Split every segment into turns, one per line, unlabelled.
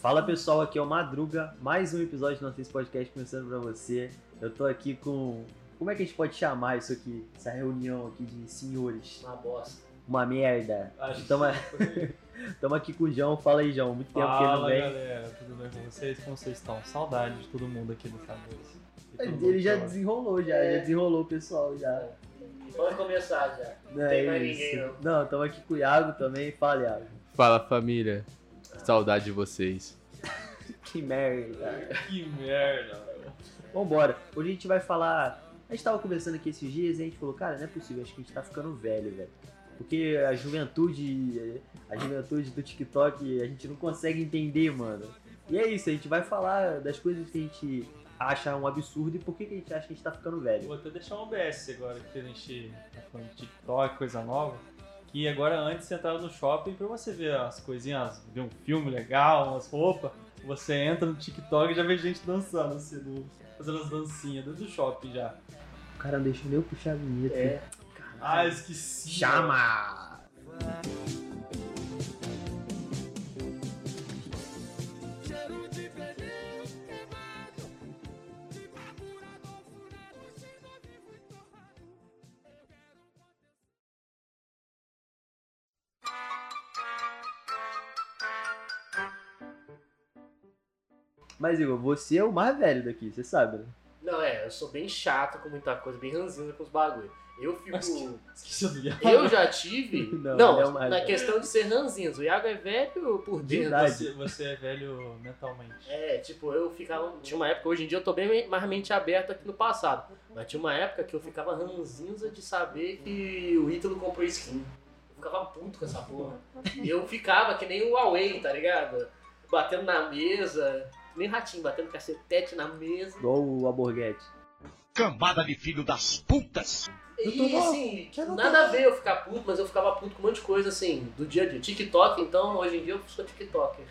Fala pessoal, aqui é o Madruga, mais um episódio do nosso podcast começando pra você. Eu tô aqui com. Como é que a gente pode chamar isso aqui? Essa reunião aqui de senhores?
Uma bosta.
Uma merda.
Acho que
Tamo,
foi isso.
tamo aqui com o João, fala aí, João. Muito tempo que ele não
Fala
vem.
galera, tudo bem com vocês? Como vocês estão? Saudade de todo mundo aqui do K2. E tá? todo mundo
Ele já
que tava-
desenrolou, já,
É.
já desenrolou o pessoal já.
Vamos começar já.
Não,
tem
é
mais
isso.
ninguém, não.
Não, tamo aqui com o Iago também. Fala, Iago.
Fala família, saudade de vocês.
Que merda.
Que merda, velho.
Vambora. Hoje a gente vai falar. A gente tava conversando aqui esses dias e a gente falou, cara, não é possível, acho que a gente tá ficando velho, velho. Porque a juventude, a juventude do TikTok, a gente não consegue entender, mano. E é isso, a gente vai falar das coisas que a gente acha um absurdo e por que, que a gente acha que a gente tá ficando velho.
Vou até deixar um OBS agora que a gente tá falando de TikTok, coisa nova. Que agora antes você entrava no shopping pra você ver as coisinhas, ver um filme legal, umas roupas. Você entra no TikTok e já vê gente dançando, assim, no- fazendo as dancinhas dentro do shopping já.
O cara não deixou nem eu puxar a vinheta.
É.
Ah, esqueci.
Chama! Mas Igor, você é o mais velho daqui, você sabe, né?
Não, é, eu sou bem chato com muita coisa, bem ranzinza com os bagulho. Eu fico.
Mas que- Esqueci do Iago.
Eu já tive.
Não,
Não,
ele é o mais
na
velho.
questão de ser ranzinza. O Iago é velho por
De
dentro.
idade.
Você, você é velho mentalmente.
É, tipo, eu ficava. Tinha uma época, hoje em dia eu tô bem mais mente aberta que no passado. Mas tinha uma época que eu ficava ranzinza de saber que o Ítalo comprou skin. Eu ficava puto com essa porra. E eu ficava que nem o Huawei, tá ligado? Batendo na mesa, que nem ratinho, batendo cacetete na mesa.
Igual o Alborguete.
Cambada de filho das putas!
Eu
E
tô bom,
assim,
eu não tô
nada a ver eu ficar puto, mas eu ficava puto com um monte de coisa assim, do dia a dia. TikTok, então, hoje em dia eu sou TikToker.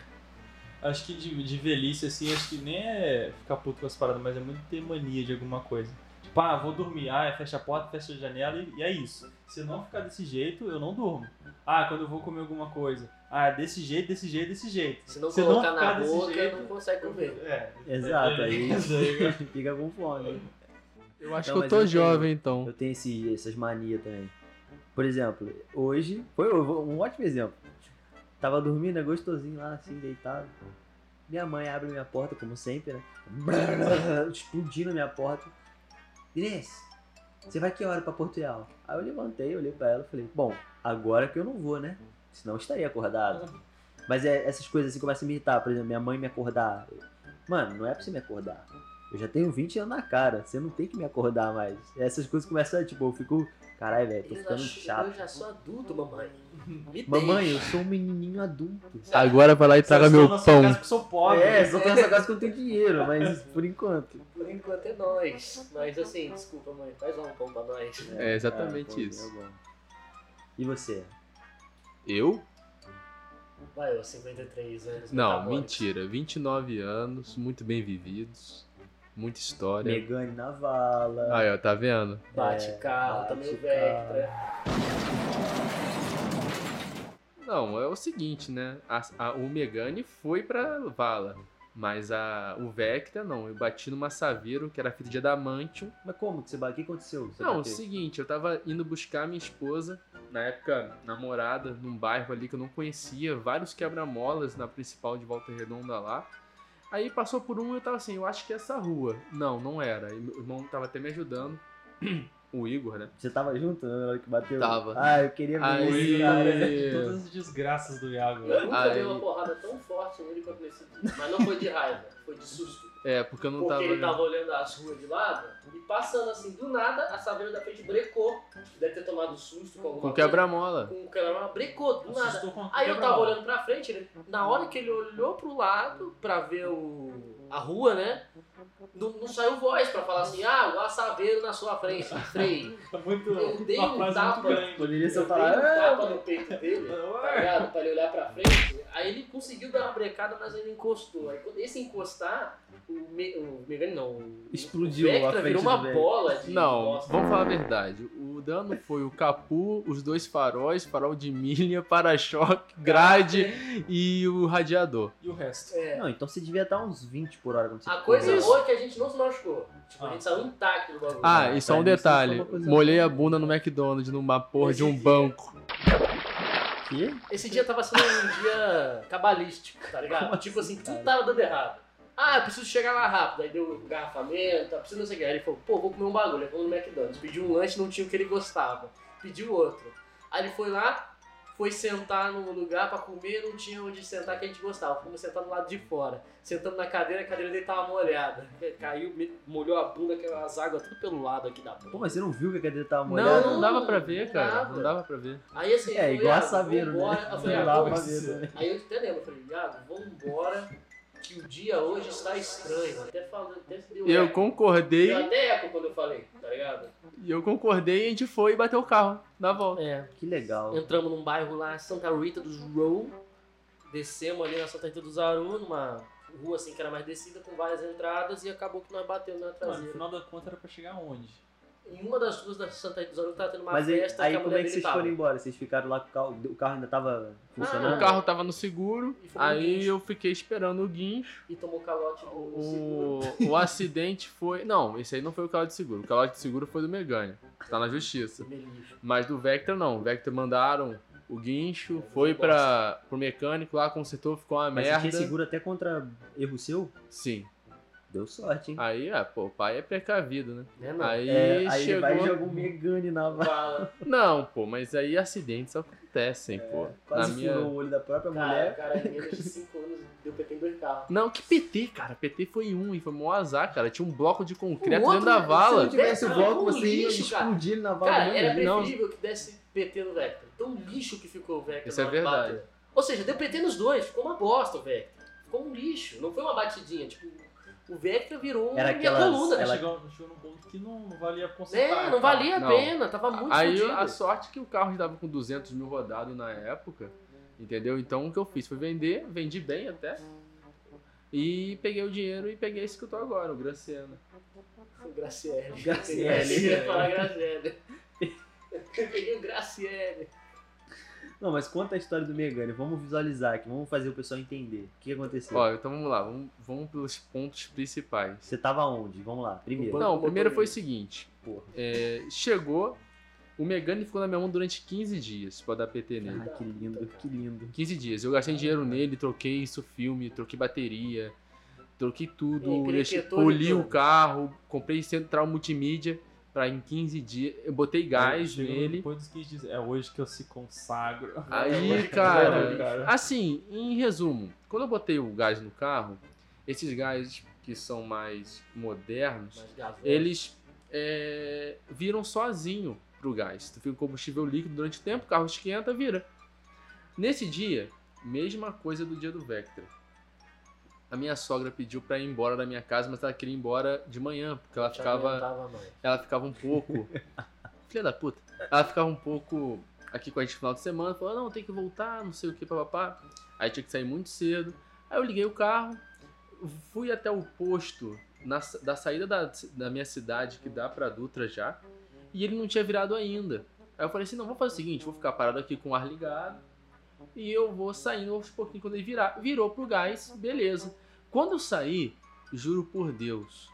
Acho que de, de velhice, assim, acho que nem é ficar puto com as paradas, mas é muito ter mania de alguma coisa. Tipo, ah, vou dormir, ah, fecha a porta, fecha a janela e, e é isso. Se eu não ficar desse jeito, eu não durmo. Ah, quando eu vou comer alguma coisa, ah, é desse jeito, desse jeito, desse jeito.
Se não
Se eu não
colocar na
ficar desse
boca,
jeito,
não consegue comer.
É,
Exato, aí
aí.
fica com fome.
Eu acho
Não,
que eu
mas
tô
eu tenho-
jovem então.
Eu tenho esse, essas manias também. Por exemplo, hoje foi um ótimo exemplo. Tava dormindo, é gostosinho lá, assim, deitado. Minha mãe abre minha porta, como sempre, né? Explodindo a minha porta. Inês, você vai que hora pra Portugal? Aí eu levantei, olhei pra ela e falei, bom, agora que eu não vou, né? Senão eu estaria acordado. Mas é, essas coisas assim começam a me irritar. Por exemplo, minha mãe me acordar. Mano, não é pra você me acordar. Eu já tenho 20 anos na cara, você não tem que me acordar mais. Essas coisas começam, tipo, eu fico. Caralho, velho, tô
Eu
ficando
já-
chato.
Eu já sou adulto, mamãe. Me
Mamãe,
deixa.
eu sou um menininho adulto.
Agora vai lá e traga meu pão.
Casa que eu sou pobre.
É, só tô nessa casa que eu não tenho dinheiro, mas por enquanto.
Por enquanto é nóis. Mas assim, desculpa, mãe. Faz lá um pão pra nós.
É exatamente
Ah, pô,
isso.
é bom. E você?
Eu?
Vai, eu, 53 anos.
Não,
metabólico.
mentira. 29 anos, muito bem vividos, muita história.
Megane na vala.
Aí, ó, tá vendo?
Bate carro,
bate
tá meio
carro.
Vectra.
Não, é o seguinte, né? A, a- o Megane foi pra Vala. Mas a, o Vectra não, eu bati numa Saveiro, que era filho de Adamantium.
Mas como que você bateu? O que aconteceu? Você tá
Não, é o
bateu?
seguinte, eu tava indo buscar minha esposa, na época namorada, num bairro ali que eu não conhecia, vários quebra-molas na principal de Volta Redonda lá. Aí passou por um e eu tava assim, eu acho que é essa rua. Não, não era. E meu irmão tava até me ajudando, o Igor, né?
Você tava junto né, na hora que bateu?
Tava.
Ah, eu queria ver
Aí-
isso, cara.
Todas as desgraças do Iago.
Eu nunca
Aí-
dei uma porrada tão forte forte nele quanto nesse dia. Mas não foi de raiva, foi de susto.
É, porque eu não
Porque
tava.
ele tava olhando as ruas de lado e passando assim, do nada, a Sabrina da frente brecou. Deve ter tomado susto com alguma
Com
coisa.
quebra-mola.
Com quebra-mola, brecou, do nada.
Assustou com
Aí eu tava
quebra-mola.
olhando pra frente, né? na hora que ele olhou pro lado pra ver o, a rua, né? Não, não saiu voz pra falar assim, ah, o assaveiro na sua frente, freio.
Tá muito.
Eu dei
uma
um
frase
tapa.
muito grande.
Poderia ser
Eu
eu
dei um
falar.
tapa
"Ah,
no peito dele, tá
Ué.
ligado? Pra ele olhar pra frente. Aí ele conseguiu dar uma brecada, mas ele encostou. Aí quando esse encostar, o, me, o Megane não, o
Explodiu
o
a
Vectra
frente
virou uma
do Vectra.
bola de
Não,
bosta.
vamos falar a verdade. O dano foi o capu, os dois faróis, farol de milha, para-choque, grade e o radiador.
E o resto?
É.
Não, então você devia estar uns 20 por hora quando você
A coisa
pegou.
boa é que a gente não se machucou. Tipo, a gente saiu intacto do bagulho.
Ah, e só um
Pra mim, isso foi
detalhe.
uma coisa-
Molhei a bunda no McDonald's numa porra de um
Esse dia-
banco.
Que?
Esse dia tava sendo um dia cabalístico, tá ligado?
Como
tipo
assim,
assim,
cara?
tudo tava dando errado. Ah, eu preciso chegar lá rápido. Aí deu um garrafamento, tá preciso não sei o que. Aí ele falou, pô, vou comer um bagulho. Aí vamos no McDonald's. Pediu um lanche, não tinha o que ele gostava. Pediu outro. Aí ele foi lá, foi sentar num lugar pra comer, não tinha onde sentar que a gente gostava. Fomos sentar do lado de fora. Sentando na cadeira, a cadeira dele tava molhada. Caiu, me- molhou a bunda, aquelas águas tudo pelo lado aqui da
Pô,
bunda.
mas você é não viu que a cadeira tava
Não,
molhada?
não dava pra ver,
Não
cara.
dava.
Não dava pra ver.
Aí assim, eu
É,
falei,
igual
ah,
a Saveiro, né?
vambora. Eu falei, ah,
Não dava
vamos
pra
mas-
ver, né?
Aí eu até lembro, eu falei, Iago, vambora, que o dia hoje está estranho. Até falando, até se deu
Eu
eco.
concordei,
Deu até eco quando eu falei, tá ligado?
e eu concordei e a gente foi e bateu o carro na volta.
É,
Que legal.
entramos num bairro lá, Santa Rita dos Row, descemos ali na Santa Rita dos Aru, numa rua assim que era mais descida, com várias entradas, e acabou que nós batemos na
Mano, no
traseira.
final da conta era pra chegar onde?
Em uma das ruas da Santa Rita dos Aru tava tendo uma
Mas aí,
festa
aí
que a
como é
mulher Ah,
que
dele
vocês
tava.
foram embora? Vocês ficaram lá, com o carro, o carro ainda tava
O
funcionando?
carro tava no seguro,
E foi no
aí
guincho.
eu fiquei esperando o guincho.
E tomou calote no seguro.
O, o acidente foi. Não, esse aí não foi o calote de seguro. O calote de seguro foi do Megane. Tá na justiça.
Melixo.
Mas do Vector não. O Vector mandaram o guincho,
É,
foi
bosta.
pra, pro mecânico lá, consertou, ficou uma
Mas você
merda.
tinha seguro até contra erro seu?
Sim.
Deu sorte, hein?
Aí, é, pô, o pai é precavido, né?
Né, não?
Aí,
É, aí ele
chegou.
vai e joga um Megane na va-
Fala.
Não, pô, mas aí acidentes acontecem, pô.
É, Quase
na minha.
furou o olho da própria
Cara,
mulher.
cara, em menos de 5 anos deu PT em dois carros.
Não, que PT, cara. PT foi um e foi mó azar, cara. Tinha um bloco de concreto
Um outro,
dentro da
né?
Se
vala.
não tivesse o
Cara,
bloco,
um
você ia
lixo, cara.
explodir ele na vala.
Cara,
mesmo.
era
não.
preferível que desse PT no Vector. Tão lixo que ficou o Vector.
Isso é
na
verdade.
batida. Ou seja, deu PT nos dois. Ficou uma bosta o Vector. Ficou um lixo. Não foi uma batidinha. Tipo, o Vector virou
Era
uma minha
aquelas-
coluna.
Ela-
né? Chegou, chegou num ponto que não valia consertar.
É,
cara.
não valia a
Ah, tá. Não.
pena. Tava é muito
Aí
fodido.
a sorte que o carro estava com 200 mil rodado na época, entendeu? Então o que eu fiz foi vender, vendi bem até. E peguei o dinheiro e peguei esse que eu tô agora, o Graciano.
O Graciele.
Graciele.
Eu ia falar Graciele. Eu peguei o Graciele.
Não, mas conta a história do Megane. Vamos visualizar aqui, vamos fazer o pessoal entender. O que aconteceu?
Ó, então vamos lá, vamos, vamos pelos pontos principais.
Você tava onde? Vamos lá, primeiro.
Não, o
do
primeiro foi o
motorista.
seguinte:
Porra.
é, chegou, o Megane ficou na minha mão durante 15 dias pra dar PT nele.
Ai, que lindo, que lindo.
15 dias. Eu gastei dinheiro nele, troquei isso, filme, troquei bateria, troquei
E aí,
tudo,
periquetou
deixei-
ele
poli o
todo.
carro, comprei central multimídia pra em 15 dias. Eu botei gás
Chegou
nele.
Depois dos 15 dias, é hoje que eu se consagro.
Aí,
É,
cara,
cara.
assim, em resumo, quando eu botei o gás no carro, esses gás que são mais modernos,
Mas, Gavi,
eles é, viram sozinho pro gás. Tu fica com combustível líquido durante o tempo, o carro esquenta, vira. Nesse dia, mesma coisa do dia do Vectra. A minha sogra pediu pra ir embora da minha casa, mas ela queria ir embora de manhã, porque ela
já
ficava,
aguentava mais.
ela ficava um pouco. Filha da puta. Ela ficava um pouco aqui com a gente no final de semana, falando, não, tem que voltar, não sei o que, papapá. Aí tinha que sair muito cedo. Aí eu liguei o carro, fui até o posto na sa- da saída da, da minha cidade, que dá pra Dutra já, e ele não tinha virado ainda. Aí eu falei assim, não, vou fazer o seguinte, vou ficar parado aqui com o ar ligado, e eu vou saindo aos pouquinhos quando ele virar. Virou pro gás, beleza. Quando eu saí, juro por Deus,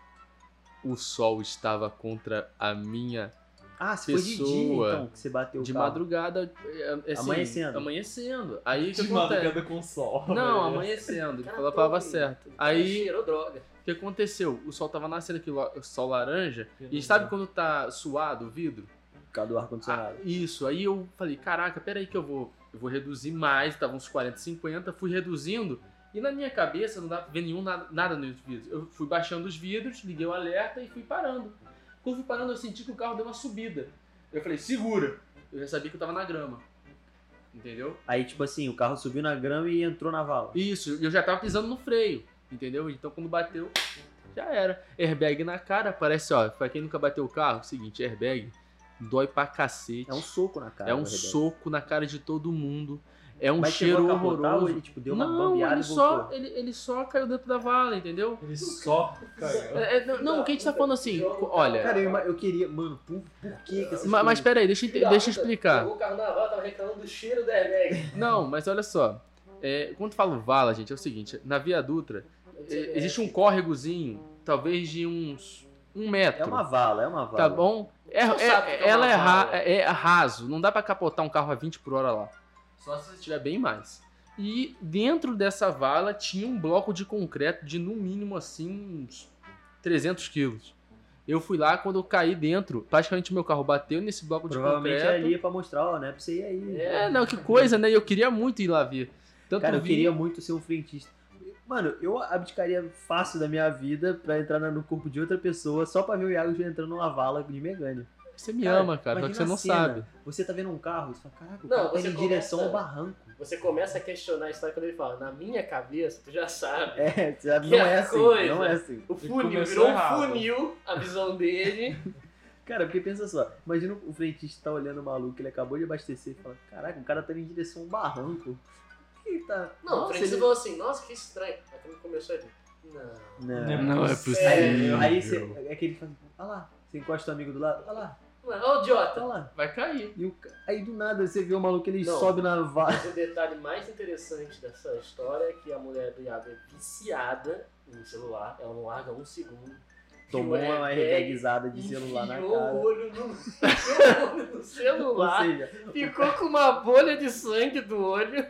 o sol estava contra a minha
Ah, se foi de dia,
Pessoa
então, que você bateu o
de
carro.
madrugada, é, é, assim,
Amanhecendo.
Amanhecendo. Aí o que
De
acontece?
madrugada com sol.
Não,
velho.
amanhecendo.
Cara,
Falou a
tô
palavra
ouvindo.
certa. Aí
Cheirou droga.
o que aconteceu? O sol tava nascendo aqui, sol laranja. E sabe quando tá suado o vidro?
Por causa do
Ah,
ar-condicionado.
isso. Aí eu falei, caraca, peraí que eu vou, eu vou reduzir mais. Tava uns 40, 50. Fui reduzindo. E na minha cabeça não dá pra ver nenhum nada, nada nos vidros. Eu fui baixando os vidros, liguei o alerta e fui parando. Quando fui parando, eu senti que o carro deu uma subida. Eu falei, segura! Eu já sabia que eu tava na grama. Entendeu?
Aí, tipo assim, o carro subiu na grama e entrou na vala.
Isso, eu já tava pisando no freio, entendeu? Então quando bateu, já era. Airbag na cara, parece, ó, pra quem nunca bateu o carro, seguinte, airbag dói pra cacete.
É um soco na cara.
É um
na verdade.
soco na cara de todo mundo. É um
Mas chegou
cheiro
a capotar ou
horroroso.
Ele, tipo, deu uma
não,
bambeada
ele
e voltou.
só, ele, ele só caiu dentro da vala, entendeu?
Ele só caiu.
É, é, não, não, o que a gente tá falando assim, pô, olha.
Cara, eu, ima- eu queria. Mano, por, por que que essas
Mas, mas
coisas-
peraí, deixa,
é
eu ente- deixa eu explicar.
O carnaval tava reclamando do cheiro da airbag.
Não, mas olha só. É, quando falo vala, gente, é o seguinte: na Via Dutra é, existe um córregozinho, talvez de uns um metro.
É uma vala, é uma vala.
Tá bom? É,
Você
é-
sabe que é uma
ela é, ra-
vala.
é raso, não dá pra capotar um carro a 20 por hora lá. Só se tiver bem mais. E dentro dessa vala tinha um bloco de concreto de no mínimo assim uns 300 quilos. Eu fui lá, quando eu caí dentro, praticamente meu carro bateu nesse bloco de
Provavelmente
concreto.
é ali pra mostrar, ó, não é pra você ir aí.
É, não, que coisa, né? E Eu queria muito ir lá ver. Tanto
Cara, eu
vi-
queria muito ser um frentista. Mano, eu abdicaria fácil da minha vida pra entrar na- no corpo de outra pessoa só pra ver o Iago entrando numa vala de Megane.
Você me
Cara,
ama, cara, só que você
imagina
não
a cena.
sabe.
Você tá vendo um carro, você fala, caraca, o
Não,
carro tá
você
indo em direção
começa-
ao barranco.
Você começa a questionar a história quando ele fala, na minha cabeça, tu já sabe.
É, já
Que
não é assim,
coisa.
não é assim.
O funil,
começou
virou
errado.
um funil, a visão dele.
Cara, porque pensa só, imagina o frentista tá olhando o maluco, ele acabou de abastecer e fala, caraca, o cara tá indo em direção ao barranco. Por que ele tá...
Não, o
Nossa,
Francis
ele-
falou assim, nossa, que estranho. Aí quando começou ele, não.
Não.
Não é
É,
possível.
aí você, é que ele fala, olha lá, você encosta o amigo do lado, olha lá,
Não, é, ô
olha
idiota.
lá.
Vai cair.
E o ca- aí do nada você vê o maluco, ele
Não.
sobe na vala.
Mas o detalhe mais interessante dessa história é que a mulher do Iago é viciada no celular, ela não larga um segundo.
Tomou
E o
uma
airbag
airbagzada de celular na
enfiou o
cara.
olho no, enfiou o olho no
Ou
celular,
seja,
ficou com uma bolha de sangue do olho.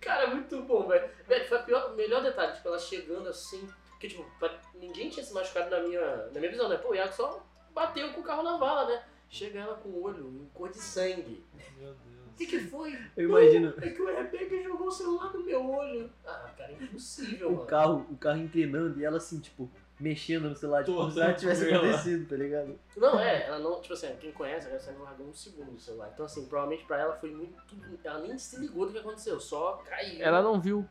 Cara, é muito bom, velho. Velho, foi a pior- o melhor detalhe, tipo, ela chegando assim, que tipo, pra- ninguém tinha se machucado na minha, na minha visão, né? Pô, o Iago só bateu com o carro na vala, né? Chega ela com o olho em cor de sangue.
Meu
O
Deus.
que que foi?
eu imagino
É que o Rebeca jogou o celular no meu olho. Ah, cara, impossível,
o
mano.
carro, o carro inclinando e ela assim, tipo, mexendo no celular, tipo, como se nada
Toda
tivesse
ela.
acontecido, tá ligado?
Não, é, ela não, tipo assim, quem conhece, ela não largou um segundo do celular. Então, assim, provavelmente pra ela foi muito. Ela nem se ligou do que aconteceu, só caiu.
Ela não viu.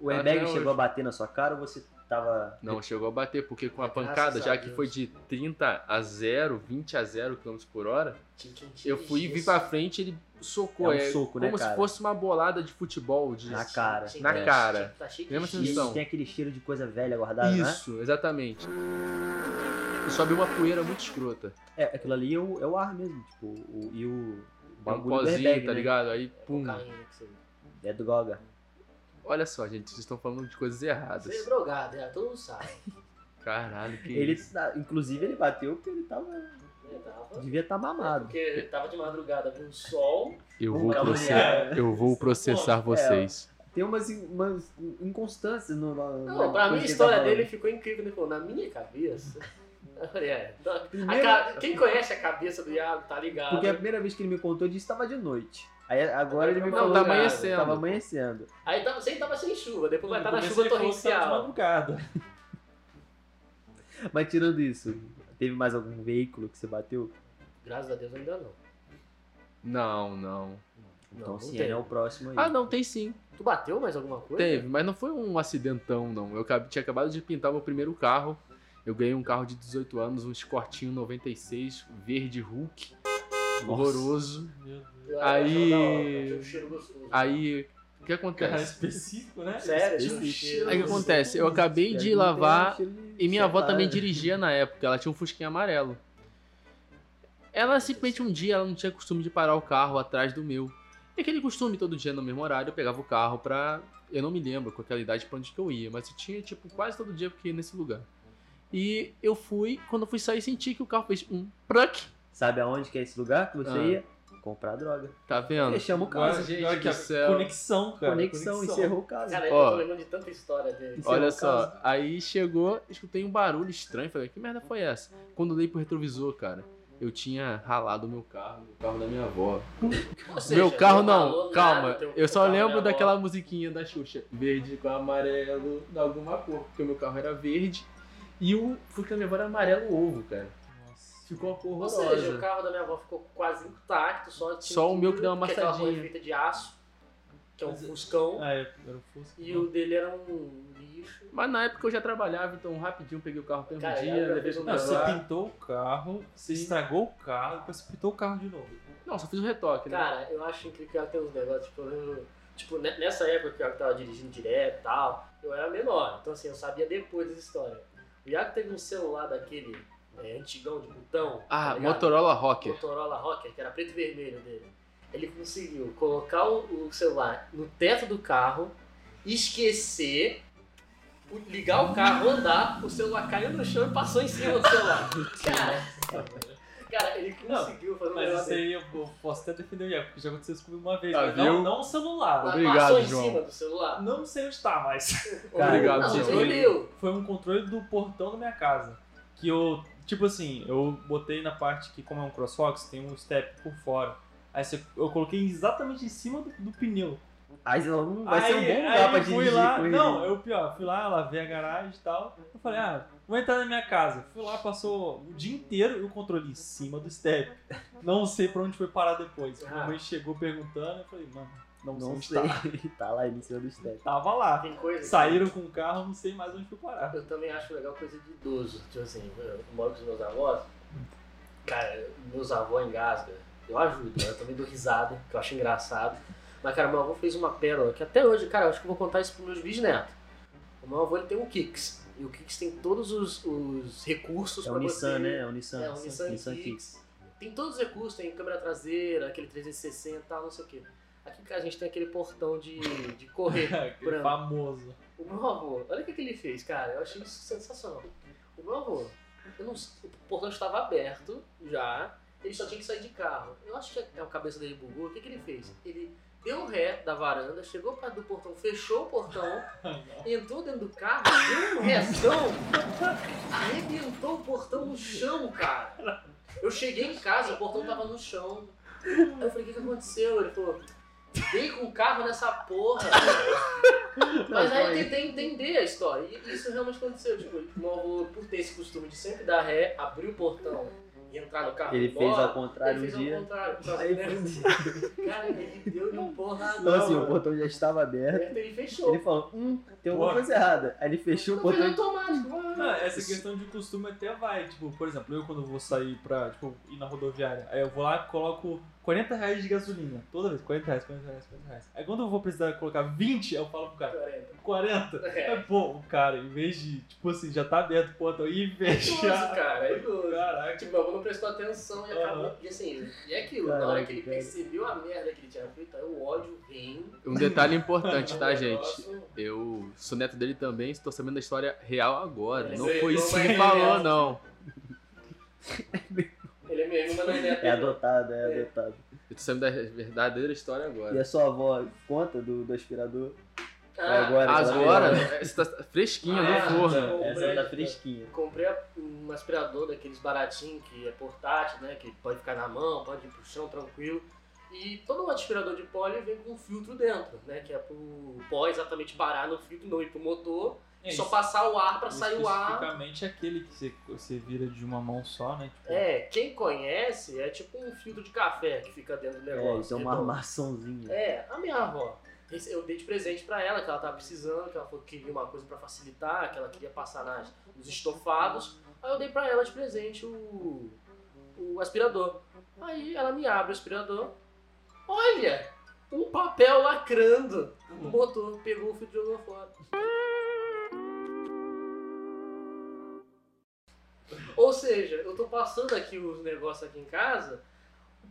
O
Ela
airbag
até
chegou a
hoje.
bater na sua cara ou você tava... É
Não, chegou a bater, porque com a
Graças
pancada,
a
já que
Deus.
foi de 30 a 0, 20 a 0 km por hora, eu fui e vi pra frente ele socou.
É um
é
soco, né,
como se
cara?
fosse uma bolada de futebol. De...
Na cara. É.
Na cara.
Tá cheio
Mesma
de
E
sensação.
isso.
Então.
tem aquele cheiro de coisa velha guardada, né?
Isso, exatamente. E sobe uma poeira muito escrota.
É, aquilo ali é o, é o ar mesmo, tipo, o, e o, o
Um
bagulho do
pozinho,
airbag,
tá
né?
ligado? Aí, pum.
Cocaína um que você.
É do Goga.
Olha só, gente, vocês estão falando de coisas
Você é
erradas.
drogado, é, todo mundo sabe.
Caralho, que
Ele,
isso.
tá- inclusive, ele bateu porque ele tava,
Eu tava-
devia estar mamado.
Porque tava de madrugada com sol.
Eu
Vamos
vou, processar,
caluniar.
eu vou processar vocês.
Tem umas, in- umas inconstâncias no... no
Não,
no-
pra
no
mim a
que ele
história
tá falando.
dele ficou incrível, né? Pô, na minha cabeça. Eu falei, é, tá- a
Primeiro-
ca- Quem conhece a cabeça do Iago tá ligado.
Porque
é
a primeira vez que ele me contou disso estava de noite. Aí agora ele me
Não,
falou
tá
que
amanhecendo.
Tava amanhecendo.
Aí tava, sempre tava sem chuva, depois vai estar na
Comecei
chuva
a forçar tá de
torrencial.
madrugada.
Mas tirando isso, teve mais algum veículo que você bateu?
Graças a Deus ainda não.
Não, não.
Então
não
sim,
teve.
é o próximo aí.
Ah, não, tem sim.
Tu bateu mais alguma coisa?
Teve, mas não foi um acidentão, não. Eu acab- tinha acabado de pintar meu primeiro carro. Eu ganhei um carro de 18 anos, um Escortinho 96, verde Hulk,
Nossa.
horroroso.
Meu Deus.
Eu achava
Aí-
um da hora, eu achei um cheiro gostoso.
Aí, o que
Cara, é
acontece?
específico, né?
Sério, tinha um
Esse-
cheiro.
Aí o que
gostoso.
acontece? Eu acabei
Espero
de
que não tenha
lavar
cheiro de-
e minha
sei
avó
lá,
também
né?
dirigia na época, ela tinha um fusquinha amarelo. Ela simplesmente um dia ela não tinha costume de parar o carro atrás do meu. E aquele costume, todo dia no mesmo horário, eu pegava o carro pra. Eu não me lembro com aquela idade pra onde que eu ia, mas eu tinha, tipo, quase todo dia porque ia nesse lugar. E eu fui, quando eu fui sair, senti que o carro fez um pruck.
Sabe aonde que é esse lugar que você
Ah.
ia? Comprar droga.
Tá vendo?
Fechamos o
Agora,
caso.
gente
olha aqui,
do
ó,
céu.
Conexão, cara.
Conexão, encerrou o caso.
Cara, eu
Ó.
tô lembrando de tanta história dele.
Isso é
Olha
um
só,
caso.
aí chegou, escutei um barulho estranho, falei, que merda foi essa? Quando eu dei pro retrovisor, cara, eu eu tinha ralado o meu carro, o carro da minha avó.
Ou seja,
meu carro não,
valor
calma.
nada um teu-
Eu
teu
só
carro
lembro
era
daquela musiquinha da Xuxa. Verde com amarelo, de alguma cor, porque o meu carro era verde. E o Fusca da minha avó era amarelo ovo, cara. Ficou uma cor
Ou
horrorosa.
seja, o carro da minha avó ficou quase intacto, só tinha
Só o meu que deu uma
que é aquela
amassadinha.
coisa feita de aço, que é um
Mas é-
fuscão,
Ah, eu, eu fosse.
e o dele era um lixo.
Mas na época eu já trabalhava, então rapidinho peguei o carro pelo
Cara,
dia,
é a primeira
levei pro
Não,
meu
você
lar.
pintou o carro, você estragou o carro, depois você pintou o carro de novo.
Não, só fiz um retoque, né?
Cara, eu acho incrível que ela tem uns negócios, tipo, eu- tipo, ne- nessa época que eu tava dirigindo direto e tal, eu era menor, então assim, eu sabia depois dessa história. O Iago teve um celular daquele é, antigão de botão.
ah,
tá ligado?
Motorola Rocker.
Motorola Rocker, que era preto e vermelho dele. Ele conseguiu colocar o, o celular no teto do carro, esquecer, o- ligar o carro, andar, o celular caiu no chão e passou em cima do celular. cara, cara, ele
Não,
conseguiu fazer um
Mas
é
negócio
isso aí eu, Tá, eu posso até defender o Iago, porque já aconteceu isso comigo uma vez.
Ah,
mas
viu?
não, não o celular.
Mas
Obrigado,
passou em
João.
cima do celular.
Não sei onde tá, mas.
Obrigado,
não,
João.
mas ele deu.
foi um controle do portão da minha casa. Que eu, tipo assim, eu botei na parte que, como é um crossfox, tem um step por fora. Aí você- eu coloquei exatamente em cima do, do pneu.
Aí você falou, hum, vai
aí,
ser um bom
aí
lugar pra
eu fui
dirigir
lá,
com ele.
Não, eu pior, fui lá, lavei a garagem e tal. Eu falei, ah, vou entrar na minha casa. Fui lá, passou o dia inteiro e o controle em cima do step. Não sei pra onde foi parar depois.
Ah.
Minha mãe chegou perguntando, eu falei, mano, não, sei
Não
onde
sei.
tá.
tá lá em cima do step.
Tava lá.
Tem coisa. que-
Saíram com o carro, não sei mais onde foi parar.
Eu também acho legal coisa de idoso. Tipo assim, eu moro com os meus avós. Cara, meus avós engasgam. Eu ajudo, né? eu também dou risada, que eu acho engraçado. Mas, cara, meu avô fez uma pérola que até hoje, cara, eu acho que eu vou contar isso pros meus bisnetos. O meu avô ele tem um Kicks. E o Kicks tem todos os, os recursos
É o
pra você.
Nissan, né? É o Nissan.
É, o Nissan, Kicks. Tem todos os recursos, tem câmera traseira, aquele 360 e tal, não sei o quê. Aqui, cara, a gente tem aquele portão de, de correr.
Aquele
Branco.
famoso.
O meu avô, olha o que, que ele fez, cara. Eu achei isso sensacional. O meu avô, eu não sei, o portão estava aberto já, ele só tinha que sair de carro. Eu acho que a cabeça dele bugou. O que, que ele fez? Ele deu ré da varanda, chegou perto do portão, fechou o portão, entrou dentro do carro, deu um restão, arrebentou o portão no chão, cara. Eu cheguei em casa, o portão tava no chão. Aí eu falei, o que, que aconteceu? Ele falou, dei com o carro nessa porra. Mas aí eu tentei entender a história. E isso realmente aconteceu. Tipo, meu avô, por ter esse costume de sempre dar ré, abrir o portão e entrar no carro. e ir
Ele fez
embora,
ao contrário
ele fez
um
ao
dia.
contrário. por causa
Aí
do-
foi-
Cara, ele deu de um porradão.
Então assim, o
mano.
portão já estava aberto.
Ele fechou.
Ele falou, hum, tem alguma
Porra.
coisa errada. Aí ele fechou o
Não, foi
portão.
automático.
Não, essa questão de costume até vai. Tipo, por exemplo, eu quando vou sair pra tipo, ir na rodoviária, aí eu vou lá e coloco 40 reais de gasolina. Toda vez, 40 reais, 40 reais, 40 reais. Aí quando eu vou precisar colocar 20, eu falo pro cara, 40?
É.
É bom, cara, em vez de, tipo assim, já tá aberto o portão e
Idoso,
fechar.
cara, é idoso.
Caraca.
Tipo, meu avô não prestou atenção e acabou.
Aham.
E assim, e é aquilo, na
Caraca,
hora que ele
cara.
percebeu a merda que ele tinha feito, aí o ódio vem.
Um detalhe importante, tá,
O
gente?
negócio-
Eu sou neto dele também, estou sabendo da história real agora.
É,
Não
isso aí,
foi
não
isso que
vai
falou,
real.
não.
Ele é meu irmão, mas não é neto.
É adotado, é
É.
adotado.
Eu tô sabendo da verdadeira história
E
agora.
a sua avó conta do, do aspirador?
Ah,
agora, ela
Agora,
virou.
você tá fresquinha
é.
Ah,
no forno.
Comprei.
Essa tá fresquinha.
Comprei um aspirador daqueles baratinho que é portátil, né? Que pode ficar na mão, pode ir pro chão tranquilo. E todo aspirador de pó ele vem com um filtro dentro, né? Que é pro pó exatamente parar no filtro, não ir pro motor,
É
e só passar o ar pra sair o ar.
Especificamente aquele que você, você vira de uma mão só, né? Tipo,
É, quem conhece é tipo um filtro de café que fica dentro do negócio.
É, isso é uma
redondo.
armaçãozinha.
É, a minha avó. Esse- Eu dei de presente pra ela, que ela tava precisando, que ela falou que queria uma coisa pra facilitar, que ela queria passar nas, nos estofados. Aí eu dei pra ela de presente o, o aspirador. Aí ela me abre o aspirador. Olha! Um papel lacrando.
Uhum.
Botou, pegou o fio e jogou fora. Ou seja, eu tô passando aqui os negócios aqui em casa,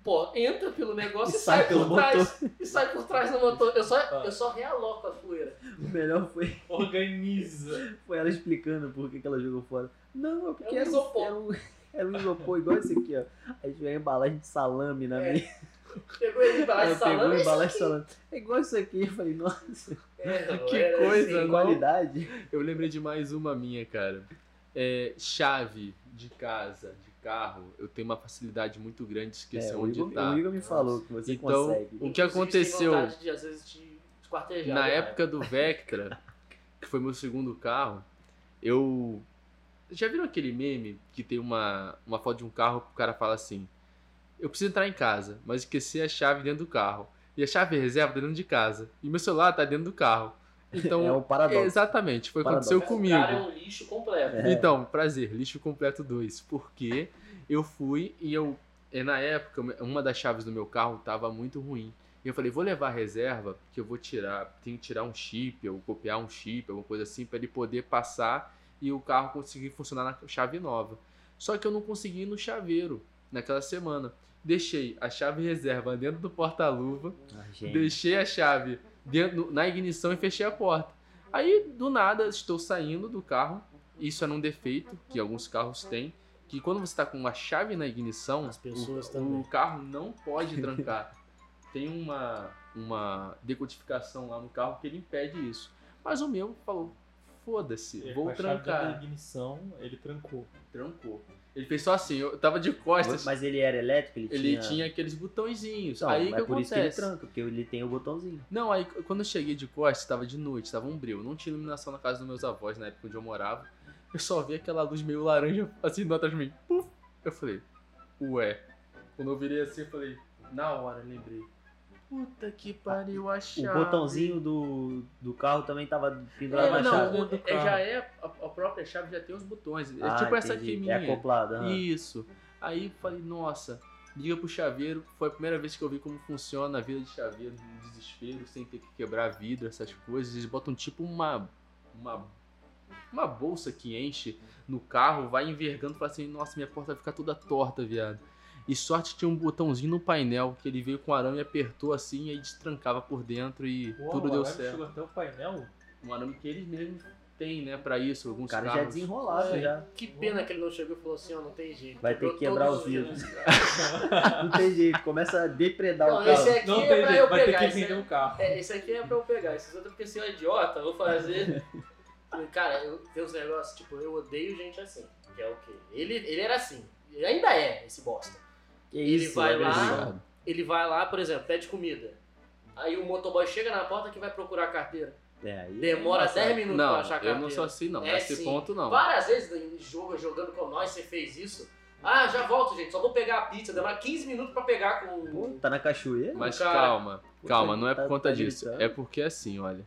pô, entra pelo negócio e,
E sai
sai,
pelo
por trás. E sai por trás do motor. Eu só,
Ah.
eu só realoco a poeira.
O melhor foi,
organiza.
foi ela explicando por que, que ela jogou fora. Não, é porque
É um
era um
isopor.
Era um, era um isopor igual esse aqui, ó. Aí tiver a embalagem de salame na
É,
minha.
Pegou ele
Ah,
embalagem
Ela
de
pegou
salame.
a
e
embalagem de salame. um É igual isso aqui. Eu falei, nossa,
É,
Que
era
coisa, né?
assim.
Não.
qualidade.
Eu lembrei de mais uma minha, cara. É, chave de casa, de carro, eu tenho uma facilidade muito grande de esquecer
É, o,
onde
Igor,
tá.
o Igor me falou que você
Então,
consegue.
o que
Inclusive,
aconteceu?
Tem vontade de, às vezes, te
é
esquartejar.
Na
né?
época do Vectra, que foi meu segundo carro, eu. Já viram aquele meme que tem uma, uma foto de um carro que o cara fala assim: Eu preciso entrar em casa, mas esqueci a chave dentro do carro. E a chave reserva tá dentro de casa. E meu celular tá dentro do carro. Então,
é um paradoxo.
exatamente, foi o que
Paradoxo.
aconteceu
O cara é
comigo.
um lixo completo.
É.
Então, prazer, lixo completo 2. Porque eu fui e eu. e na época, uma das chaves do meu carro tava muito ruim. E eu falei, vou levar a reserva, que eu vou tirar. Tenho que tirar um chip, ou copiar um chip, alguma coisa assim, pra ele poder passar e o carro conseguir funcionar na chave nova. Só que eu não consegui ir no chaveiro naquela semana. Deixei a chave reserva dentro do porta-luva
Ah, gente.
deixei a chave dentro, na ignição e fechei a porta. Aí, do nada, estou saindo do carro. Isso é um defeito que alguns carros têm. Que quando você está com uma chave na ignição,
As pessoas
o,
também.
o carro não pode trancar. Tem uma, uma decodificação lá no carro que ele impede isso. Mas o meu falou: foda-se,
Ele, com
vou
a chave da
trancar.
ignição, ele trancou.
Trancou. Ele fez só assim, eu tava de costas.
Mas ele era elétrico? Ele,
ele
tinha.
tinha aqueles botõezinhos.
Então,
Aí
é
que
por
acontece.
isso que ele tranca, porque ele tem o botãozinho.
Não, aí quando eu cheguei de costas, tava de noite, tava umbril. Não tinha iluminação na casa dos meus avós, na época onde eu morava. Eu só vi aquela luz meio laranja assim do atrás de mim. Puf! Eu falei, ué. Quando eu virei assim, eu falei, na hora, lembrei. Puta que pariu, a chave.
O botãozinho do, do carro também tava pendurado
É,
na chave.
não,
do
é,
carro.
já é a, a própria chave, já tem os botões. É
Ah,
tipo essa
entendi.
aqui minha.
É acoplada. aham.
Isso. Aí falei, nossa, liga pro chaveiro. Foi a primeira vez que eu vi como funciona a vida de chaveiro, no desespero, sem ter que quebrar vidro, essas coisas. Eles botam tipo uma. uma uma bolsa que enche no carro, vai envergando e fala assim, nossa, minha porta vai ficar toda torta, viado. E sorte que tinha um botãozinho no painel que ele veio com um arame, apertou assim e aí destrancava por dentro e
Uau,
tudo
o
deu
alarme
certo.
chegou até o painel.
Um arame que eles mesmos têm, né, pra isso,
O
alguns
cara já é
carros.
desenrolado
É.
já.
Que
Uhum.
pena que ele não chegou e falou assim, ó, não tem jeito.
Vai ter
Quebrou
que quebrar
todos
os vidros.
vidros.
Não tem jeito, começa a depredar
Não,
o
esse
carro.
aqui
Não
é
tem
pra
jeito,
eu
vai ter
pegar.
que
esse
vender o carro.
É, esse aqui é pra eu pegar, esses outros porque se eu é idiota, eu vou fazer. Cara, eu, tem uns negócios, tipo, eu odeio gente assim. Que é o quê? Ele, ele era assim. Ele ainda é, esse bosta.
Que isso, é
ele vai lá,
agressão.
Obrigado.
Ele vai lá, por exemplo, pede comida. Aí o motoboy chega na porta que vai procurar a carteira.
É, aí-
Demora
Nossa,
10 minutos pra
Não,
achar a carteira.
eu não sou assim não,
É,
nesse
sim.
ponto não.
Várias vezes em jogo, jogando com nós, você fez isso. Ah, já volto, gente. Só vou pegar a pizza. Demora 15 minutos pra pegar com.
Pô, tá na cachoeira?
Mas
cara.
calma, calma, não é
tá-
por conta
tá
disso.
gritando.
É porque assim, olha.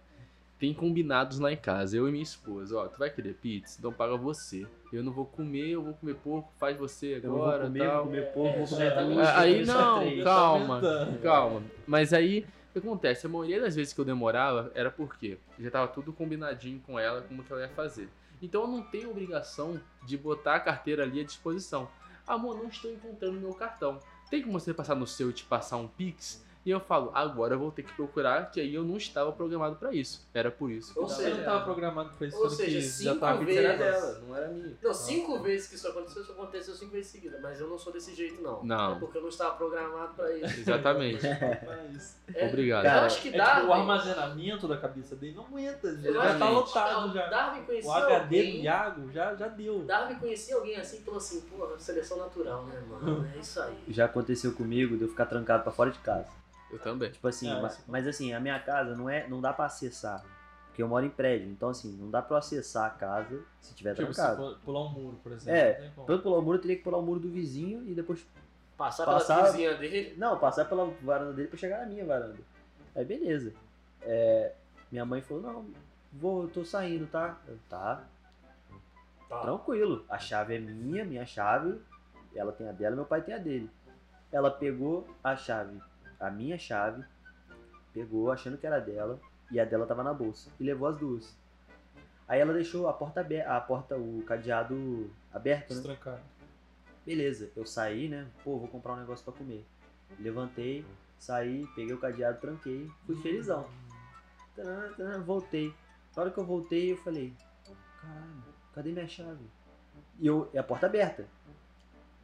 Tem combinados lá em casa, eu e minha esposa. Ó, tu vai querer pizza? Então paga você. Eu não vou comer, eu vou comer pouco, faz você
Eu não vou
agora
comer, vou
tal.
comer pouco, vou
É,
comer
exatamente.
duas,
Aí
vou comer
não,
três.
cara. Calma,
Tá
Calma. Mas aí, o que acontece? A maioria das vezes que eu demorava era porque já tava tudo combinadinho com ela, como que ela ia fazer. Então eu não tenho obrigação de botar a carteira ali à disposição. Amor, não estou encontrando meu cartão. Tem como você passar no seu e te passar um Pix? E eu falo, agora eu vou ter que procurar, que aí eu não estava programado pra isso. Era por isso. que
Ou
eu tava
Você
seja,
não
errado.
tava programado pra isso,
ou
sendo
seja,
que já
cinco
tava
A vida era
vezes.
dela, não era minha.
Não, cinco vezes que isso aconteceu, isso aconteceu cinco vezes seguida. Mas eu não sou desse jeito, não.
Não.
É porque eu não estava programado pra isso.
Exatamente.
pra isso.
É,
Obrigado.
Eu
Cara,
acho que
É tipo, o
Darwin.
armazenamento da cabeça dele não aguenta, gente.
Eu
Já
acho
tá
que-
lotado
não,
já.
Darwin conhecia
O HD do
alguém.
Iago já, já deu.
Darwin conhecia alguém assim e falou assim, pô, seleção natural, né, mano? É isso aí.
Já aconteceu comigo de eu ficar trancado pra fora de casa.
Eu também.
Tipo assim,
Ah,
ma- mas,
isso.
assim, a minha casa não é, não dá pra acessar. Porque eu moro em prédio, então assim, não dá pra eu acessar a casa se tiver
Tipo, se
trancado.
pu- pular um muro, por exemplo.
É,
não tem como.
Pra eu pular o muro, eu teria que pular o muro do vizinho e depois.
Passar,
Passar-
pela cozinha dele.
Não, passar pela varanda dele pra chegar na minha varanda. Aí beleza. É, minha mãe falou, não, vou, eu tô saindo, tá? Eu, tá,
Tá.
tranquilo. A chave é minha, minha chave. Ela tem a dela, meu pai tem a dele. Ela pegou a chave, a minha chave, pegou achando que era dela e a dela tava na bolsa e levou as duas. Aí ela deixou a porta aberta, a porta, o cadeado aberto, né?
Destrancar.
Beleza, eu saí, né? Pô, vou comprar um negócio pra comer. Levantei, saí, peguei o cadeado, tranquei, fui felizão. Tanã, tanã, Voltei. Na hora que eu voltei, eu falei, caralho, cadê minha chave? E eu, e a porta aberta.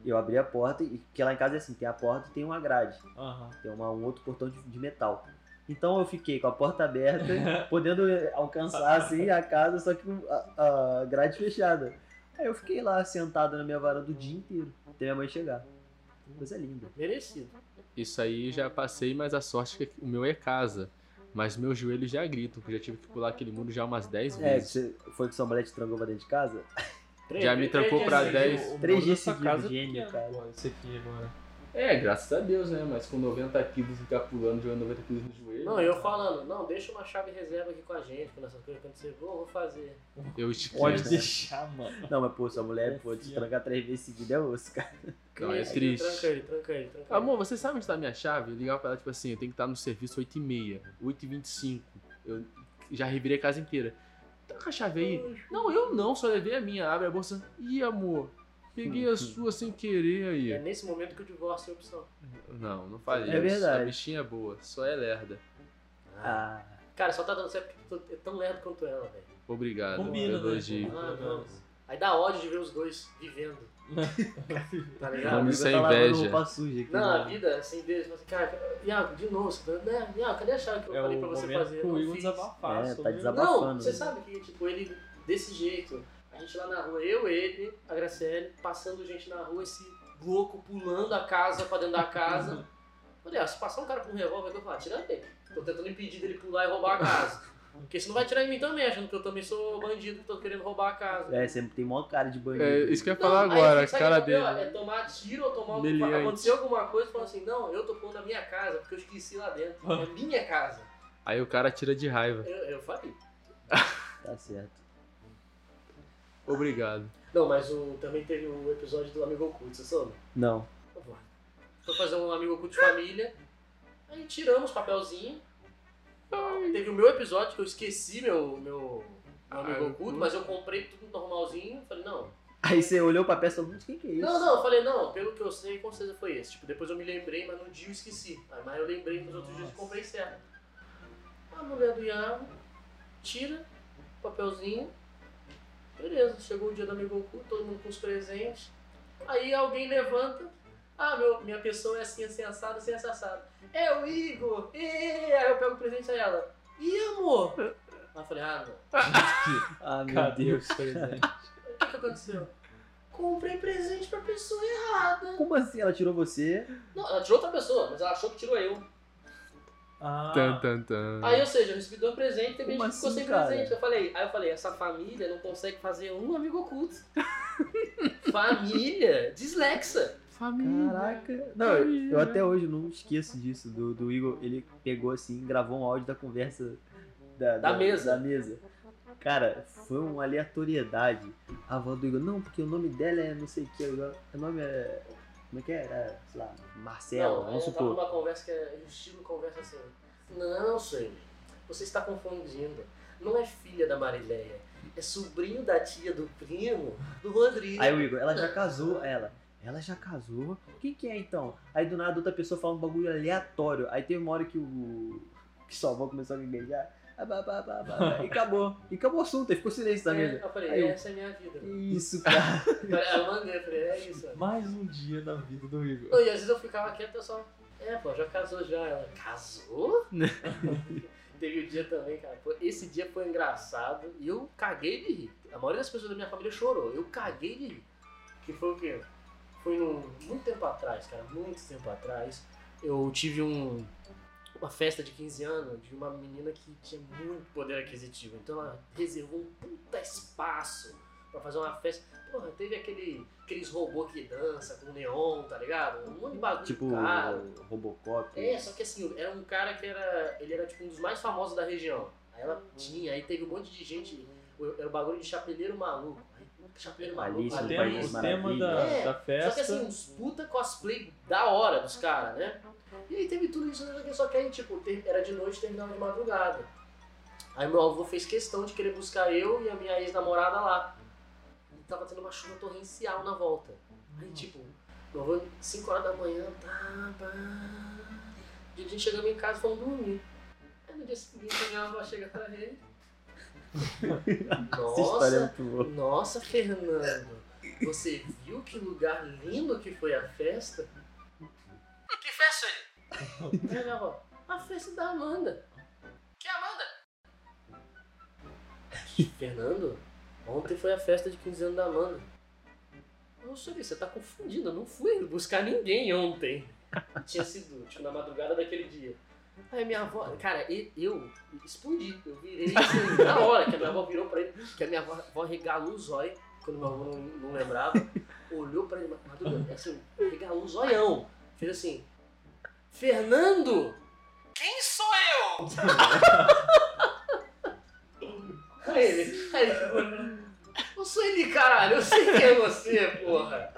Eu abri a porta, e que lá em casa é assim, tem a porta e tem uma grade,
Aham.
tem uma, um outro portão de, de metal. Então eu fiquei com a porta aberta, podendo eh, alcançar assim a casa, só que com a, a grade fechada. Aí eu fiquei lá sentado na minha varanda o dia inteiro, até minha mãe chegar. Coisa linda.
Merecido.
Isso aí já passei, mas a sorte é que o meu é casa. Mas meu joelho já grita, porque eu já tive que pular aquele muro já umas 10
É, que
vezes.
você, foi que sua mulher te trancou pra dentro de casa?
Três-
Já me
três
trancou
dias
pra
seguidos.
10.
O- o
Três
muro
dias
dessa
seguidos,
casa é
gênio,
pequeno,
cara.
pô, Esse aqui agora.
É, graças a Deus, né? Mas com 90 quilos ficar pulando, jogando 90 quilos no joelho.
Não, eu falando, não, deixa uma chave reserva aqui com a gente, quando essas coisas acontecerem, vou, vou fazer.
Eu estiquei.
Pode
né?
deixar, mano.
Não, mas pô, sua
É
mulher, pô, te
Confia.
trancar três vezes seguida é osso, cara.
Não, é
Esse,
triste.
Tranca ele, tranca ele, tranca ele.
Amor, você sabe onde tá a minha chave? Eu ligava pra ela, tipo assim, eu tenho que estar no serviço 8h30, 8h25. Eu já revirei a casa inteira. Tá com a chave aí? Não, eu não, só levei a minha. Abre a bolsa. Ih, amor, peguei a sua sem querer
É
aí.
nesse momento que o divórcio é opção.
Não, não falei.
É verdade.
A bichinha é boa, só é lerda.
Ah,
Cara, só tá dando certo porque tu é tão lerdo quanto ela, velho.
Obrigado
Combina,
pelo
né?
elogio.
Ah, não. Aí dá ódio de ver os dois vivendo. tá ligado?
Vamos
amigo
isso é
tá lavando
inveja.
um
roupa suja aqui.
Não, a
né?
vida, assim, deles, fala assim, cara, Iago, de novo, você tá, né? Iago, cadê a chave que eu
É
falei pra
o
você
momento
fazer?
pro
Não
Will
fiz.
desabafar.
É, tá
sobre-
desabafando.
Não,
abafando,
você
né?
sabe que, tipo, ele, desse jeito, a gente lá na rua, eu, ele, a Graciele, passando gente na rua, esse louco pulando a casa pra dentro da casa. Falei, ah, se passar um cara com um revólver, eu vou falar, tira dele. Tô tentando impedir dele pular e roubar a casa. Porque você não vai tirar em mim também, achando que eu também sou bandido, que tô querendo roubar a casa.
É, você tem mó cara de bandido.
É, isso que eu ia
Não,
falar
aí,
agora, a
sabe
cara
o que é o
dele. é
pior? É tomar tiro ou tomar alguma
Meliante.
Aconteceu alguma coisa e falar assim, não, eu tô pondo na minha casa, porque eu esqueci lá dentro.
Ah.
É minha casa.
Aí o cara tira de raiva.
Eu, eu falei.
Tá certo.
Obrigado.
Não, mas o, também teve o episódio do Amigo Oculto, você soube?
Não.
Foi fazer um Amigo Oculto de família. Aí tiramos o papelzinho. Teve o meu episódio que eu esqueci meu, meu, meu Amigo
Ah,
Oculto,
eu-
mas eu comprei tudo normalzinho. Falei, não,
Aí você olhou pra peça e falou, "Gente, quem que é isso?
Não, não, eu falei, não, pelo que eu sei, com certeza foi esse. Tipo, depois eu me lembrei, mas num dia eu esqueci. Aí, Mas eu lembrei nos outros dias que comprei certo. A mulher do Iago tira o papelzinho. Beleza, chegou o dia do amigo oculto, todo mundo com os presentes. Aí alguém levanta. Ah, meu, minha pessoa é assim, assim, assada, assim, assada. É o Igor! E, aí eu pego o presente a ela. Ih, amor! Aí eu falei, ah, não.
Ah, meu
Cadê
Deus.
os presentes?
O que, que aconteceu? Comprei presente pra pessoa errada.
Como assim ela tirou você?
Não, ela tirou outra pessoa, mas ela achou que tirou eu.
Hum.
Ah,
Tan, tan, tan.
Aí, ou seja, eu recebi dois presentes, teve gente
Como
que ficou
assim,
sem
cara?
presente. Eu falei, aí eu falei, essa família não consegue fazer um amigo oculto. família dislexa.
Família.
Caraca. Não, eu, eu até hoje não esqueço disso, do, do Igor. Ele pegou assim, gravou um áudio da conversa da,
Da mesa.
da mesa. Cara, foi uma aleatoriedade. A avó do Igor, não, porque o nome dela é não sei o que. agora. O nome é. Como é que é? Era, sei lá, Marcela,
não,
vamos
eu tava
supor.
numa conversa que é um estilo de conversa assim. Não, senhor, você está confundindo. Não é filha da Marileia, é sobrinho da tia do primo do Rodrigo.
Aí o Igor, ela já casou, aí ela. Ela já casou? Quem que é então? Aí do nada outra pessoa fala um bagulho aleatório. Aí teve uma hora que o. que sua avó começou a me beijar. Ah, bah, bah, bah, bah, bah, E acabou. E acabou o assunto, aí ficou silêncio na
é,
mesa.
eu falei,
Aí eu-
essa é a minha vida.
Que Isso, cara.
Aí eu mandei, eu falei, é isso.
Mais um dia da vida do Igor.
Não, e às vezes eu ficava quieto, eu só. É, pô, já casou já. Ela, casou? Teve o dia também, cara. pô, esse dia foi engraçado e eu caguei de rir. A maioria das pessoas da minha família chorou. Eu caguei de rir. Que foi o quê? Foi num, muito tempo atrás, cara. Muito tempo atrás. Eu tive um, uma festa de 15 anos de uma menina que tinha muito poder aquisitivo. Então ela reservou um puta espaço pra fazer uma festa. Porra, teve aquele, aqueles robôs que dança com neon, tá ligado? Um monte de bagulho
Tipo,
caro.
Robocop.
É, só que assim, era um cara que era. Ele era tipo um dos mais famosos da região. Aí ela tinha, aí teve um monte de gente. o- Era o bagulho de chapeleiro maluco. Aí, Chapeleiro maluco,
Alice no
Alice.
Tema,
um País das
o tema da,
Maravilhas.
da
Só que
festa.
assim, uns puta cosplay da hora dos caras, né? E aí teve tudo isso, só que aí, tipo, ter- era de noite e terminava de madrugada. Aí meu avô fez questão de querer buscar eu e a minha ex-namorada lá. E tava tendo uma chuva torrencial na volta. Aí, tipo, meu avô, 5 horas da manhã, tá, pá. E a gente chegamos em casa e fomos dormir. Aí no dia seguinte a minha avó chega pra ele.
Essa história é
Nossa,
muito boa.
nossa, Fernando, você viu que lugar lindo que foi a festa? Que festa é? Aí minha avó, a festa da é Amanda. Que Amanda? Fernando, Ontem foi a festa de 15 anos da Amanda. Não, senhor, você tá confundindo. Eu não fui buscar ninguém ontem. Tinha sido, tipo, na madrugada daquele dia. Aí minha avó, cara, e- eu explodi. Eu virei assim, na hora que a minha avó virou pra ele, que a minha avó, avó regalou os olhos, quando meu avô não, não lembrava, olhou pra ele, madrugada, assim, regalou os olhão. Fez assim, Fernando! Quem sou eu? aí ele, aí ele ficou olhando, eu sou ele, caralho, eu sei quem é você, porra.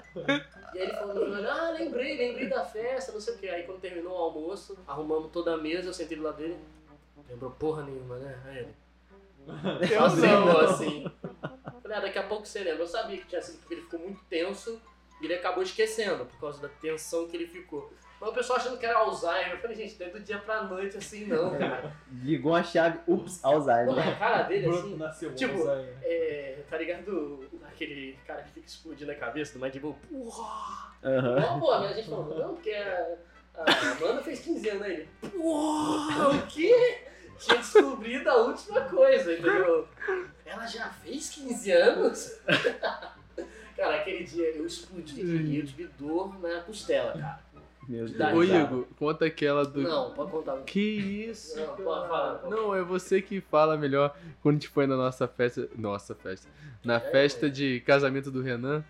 E aí ele falou, ah, lembrei, lembrei da festa, não sei o que. Aí quando terminou o almoço, arrumamos toda a mesa, eu sentei do lado dele. Lembrou porra nenhuma, né? Aí ele. Eu não, assim. Falei, ah, daqui a pouco você lembra. Eu sabia que tinha sido porque ele ficou muito tenso e ele acabou esquecendo por causa da tensão que ele ficou. Mas o pessoal achando que era Alzheimer. Eu falei, gente, não é do dia pra noite assim não, cara.
Ligou a chave, ups,
Não,
Alzheimer.
a cara dele,
Bruno
assim,
nasceu
Tipo,
bom, Zé.
é, tá ligado? Aquele cara que fica explodindo a cabeça do Mad Bull. Porra!
Aham.
Não, pô, a gente falou, não, porque a, a Amanda fez 15 anos aí. Uou, o quê? Tinha descobrido a última coisa, entendeu? Ela já fez 15 anos? Cara, aquele dia eu explodi de rir, eu tive dor na costela, cara.
Meu Deus.
Dá
Ô,
risada.
Igor, conta aquela do.
Não, pode contar.
Que isso?
Não, pode
cara?
falar, pode.
Não, é você que fala melhor quando a gente foi na nossa festa. Nossa festa. Na
É,
festa de casamento do Renan.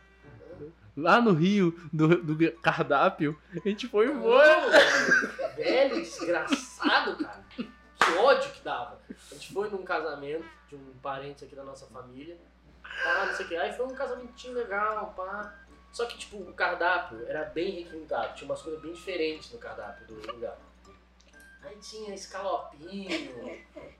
Lá no Rio, do, do cardápio, a gente foi um
Ah.
embora.
Não, Velho, desgraçado, cara. Que ódio que dava. A gente foi num casamento de um parente aqui da nossa família. Pá, não sei o que. Aí foi um casamentinho legal, pá. Só que, tipo, o cardápio era bem requintado. Tinha umas coisas bem diferentes no cardápio do lugar. Aí tinha escalopinho,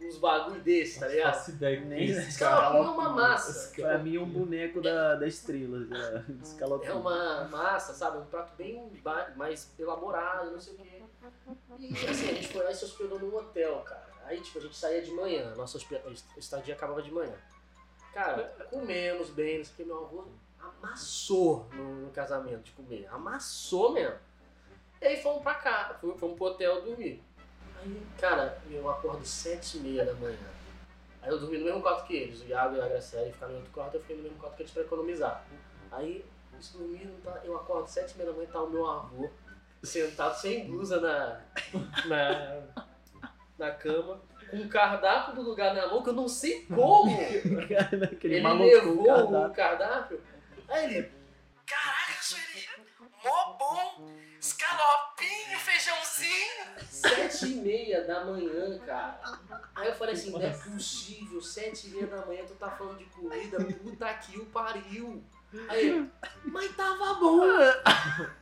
uns bagulho desse, tá ligado?
Faço ideia que
Nem-
esse
Escalopinho é
cara.
uma massa.
Pra mim é um boneco da, da estrela. já, Escalopinho.
É uma massa, sabe? Um prato bem ba- mais elaborado, não sei o quê. E assim, a gente foi lá e se hospedou num hotel, cara. Aí, tipo, a gente saía de manhã, nossa hospe- a estadia acabava de manhã. Cara, comemos bem, não sei o que, meu avô amassou no, no casamento de comer. Amassou mesmo. E aí fomos pra cá, fomos, fomos pro hotel dormir. Aí, cara, eu acordo sete e meia da manhã. Aí eu dormi no mesmo quarto que eles. O Iago e a Graciela ficaram em outro quarto, eu fiquei no mesmo quarto que eles pra economizar. Aí eles dormiram, tá? eu acordo sete e meia da manhã e tá o meu avô sentado sem blusa na, na, na cama, com um cardápio do lugar na mão que eu não sei como.
Cara, Aquele
ele
maluco.
levou
cara.
o cardápio. Aí ele, caraca, Sueli, mó bom, escalopinho, feijãozinho. Sete e meia da manhã, cara. Aí eu falei assim, não é possível, sete e meia da manhã tu tá falando de comida, puta que o pariu. Aí, ele, mas tava bom.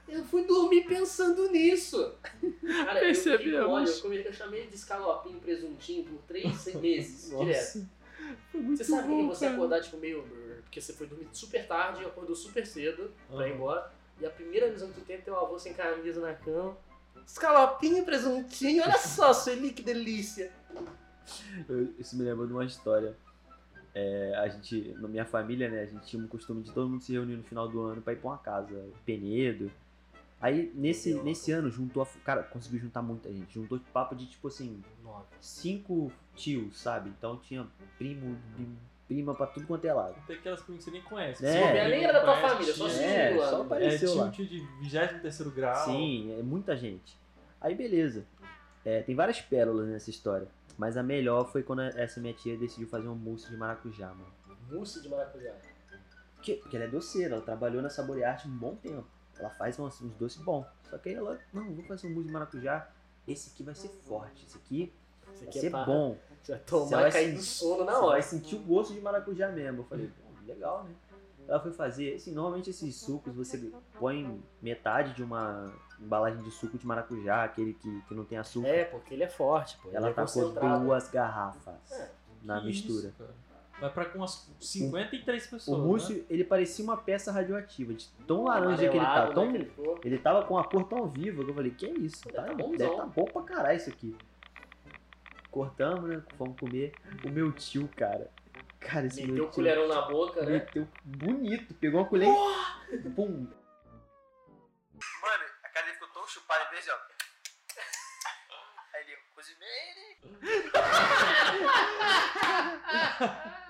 Eu fui dormir pensando nisso. Cara, eu, fiquei,
Percebemos.
olha, eu, comi, eu chamei de escalopinho, presuntinho por três meses, direto.
Nossa. Foi muito
Você sabe que
bom,
você
cara.
acordar, tipo, meio. brrr, Porque você foi dormir super tarde, acordou super cedo pra ir
Ah.
embora. E a primeira visão que tu tem é teu avô sem camisa na cama. Escalopinho e presuntinho, olha só, Sueli, que delícia.
Eu- Isso me lembrou de uma história. É, a gente, na minha família, né, a gente tinha um costume de todo mundo se reunir no final do ano pra ir pra uma casa, Penedo. Aí, nesse,
Penedo.
nesse ano, juntou a. Cara, conseguiu juntar muita gente. Juntou papo de tipo assim,
Nove.
cinco tios, sabe? Então tinha primo, primo- prima pra tudo quanto é lado.
Tem aquelas primas que você nem conhece.
É.
Se bobear,
Nem era da tua
conhece,
família, só
tinha-
se-
É,
lá,
só
né?
É,
apareceu
tinha um
lá.
tio de 23 grau.
Sim, é muita gente. Aí beleza. É, tem várias pérolas nessa história. Mas a melhor foi quando essa minha tia decidiu fazer um mousse de maracujá, mano.
Mousse de maracujá.
Porque, porque ela é doceira, ela trabalhou na Saborearte um bom tempo. Ela faz um, uns, uns doces bons. Só que aí ela, não, vou fazer um mousse de maracujá. Esse aqui vai ser forte, esse aqui
Isso
vai
aqui
ser
é pra- é
bom.
Você vai
Você
tomar
vai
e cair
se-
do sono na
Você
hora.
vai sentir o gosto de maracujá mesmo. Eu falei, pô, legal, né? Ela foi fazer, assim, normalmente esses sucos você põe metade de uma embalagem de suco de maracujá, aquele que, que não tem açúcar.
É, porque ele é forte, pô. ele
ela
é
tacou
concentrado.
duas garrafas
É,
na
Que
mistura.
isso, cara. Vai pra com umas 53
O
pessoas. né?
mousse, ele parecia uma peça radioativa, de tão laranja que ele
Amarelado,
tá,
né,
tão
que ele ficou.
Ele tava com um uma cor tão viva que eu falei, que isso,
Deve
tá,
tá bonzão.
deve tá bom pra caralho isso aqui. Cortamos, né? Vamos comer. O meu tio, cara. Cara, esse
Meteu
meu
o
tio.
colherão na boca, né?
meteu bonito. Pegou uma colher. Pum. Mano, a cara dele ficou tão chupada assim, em vez de ó. Aí ele, cozinhei ele. né?"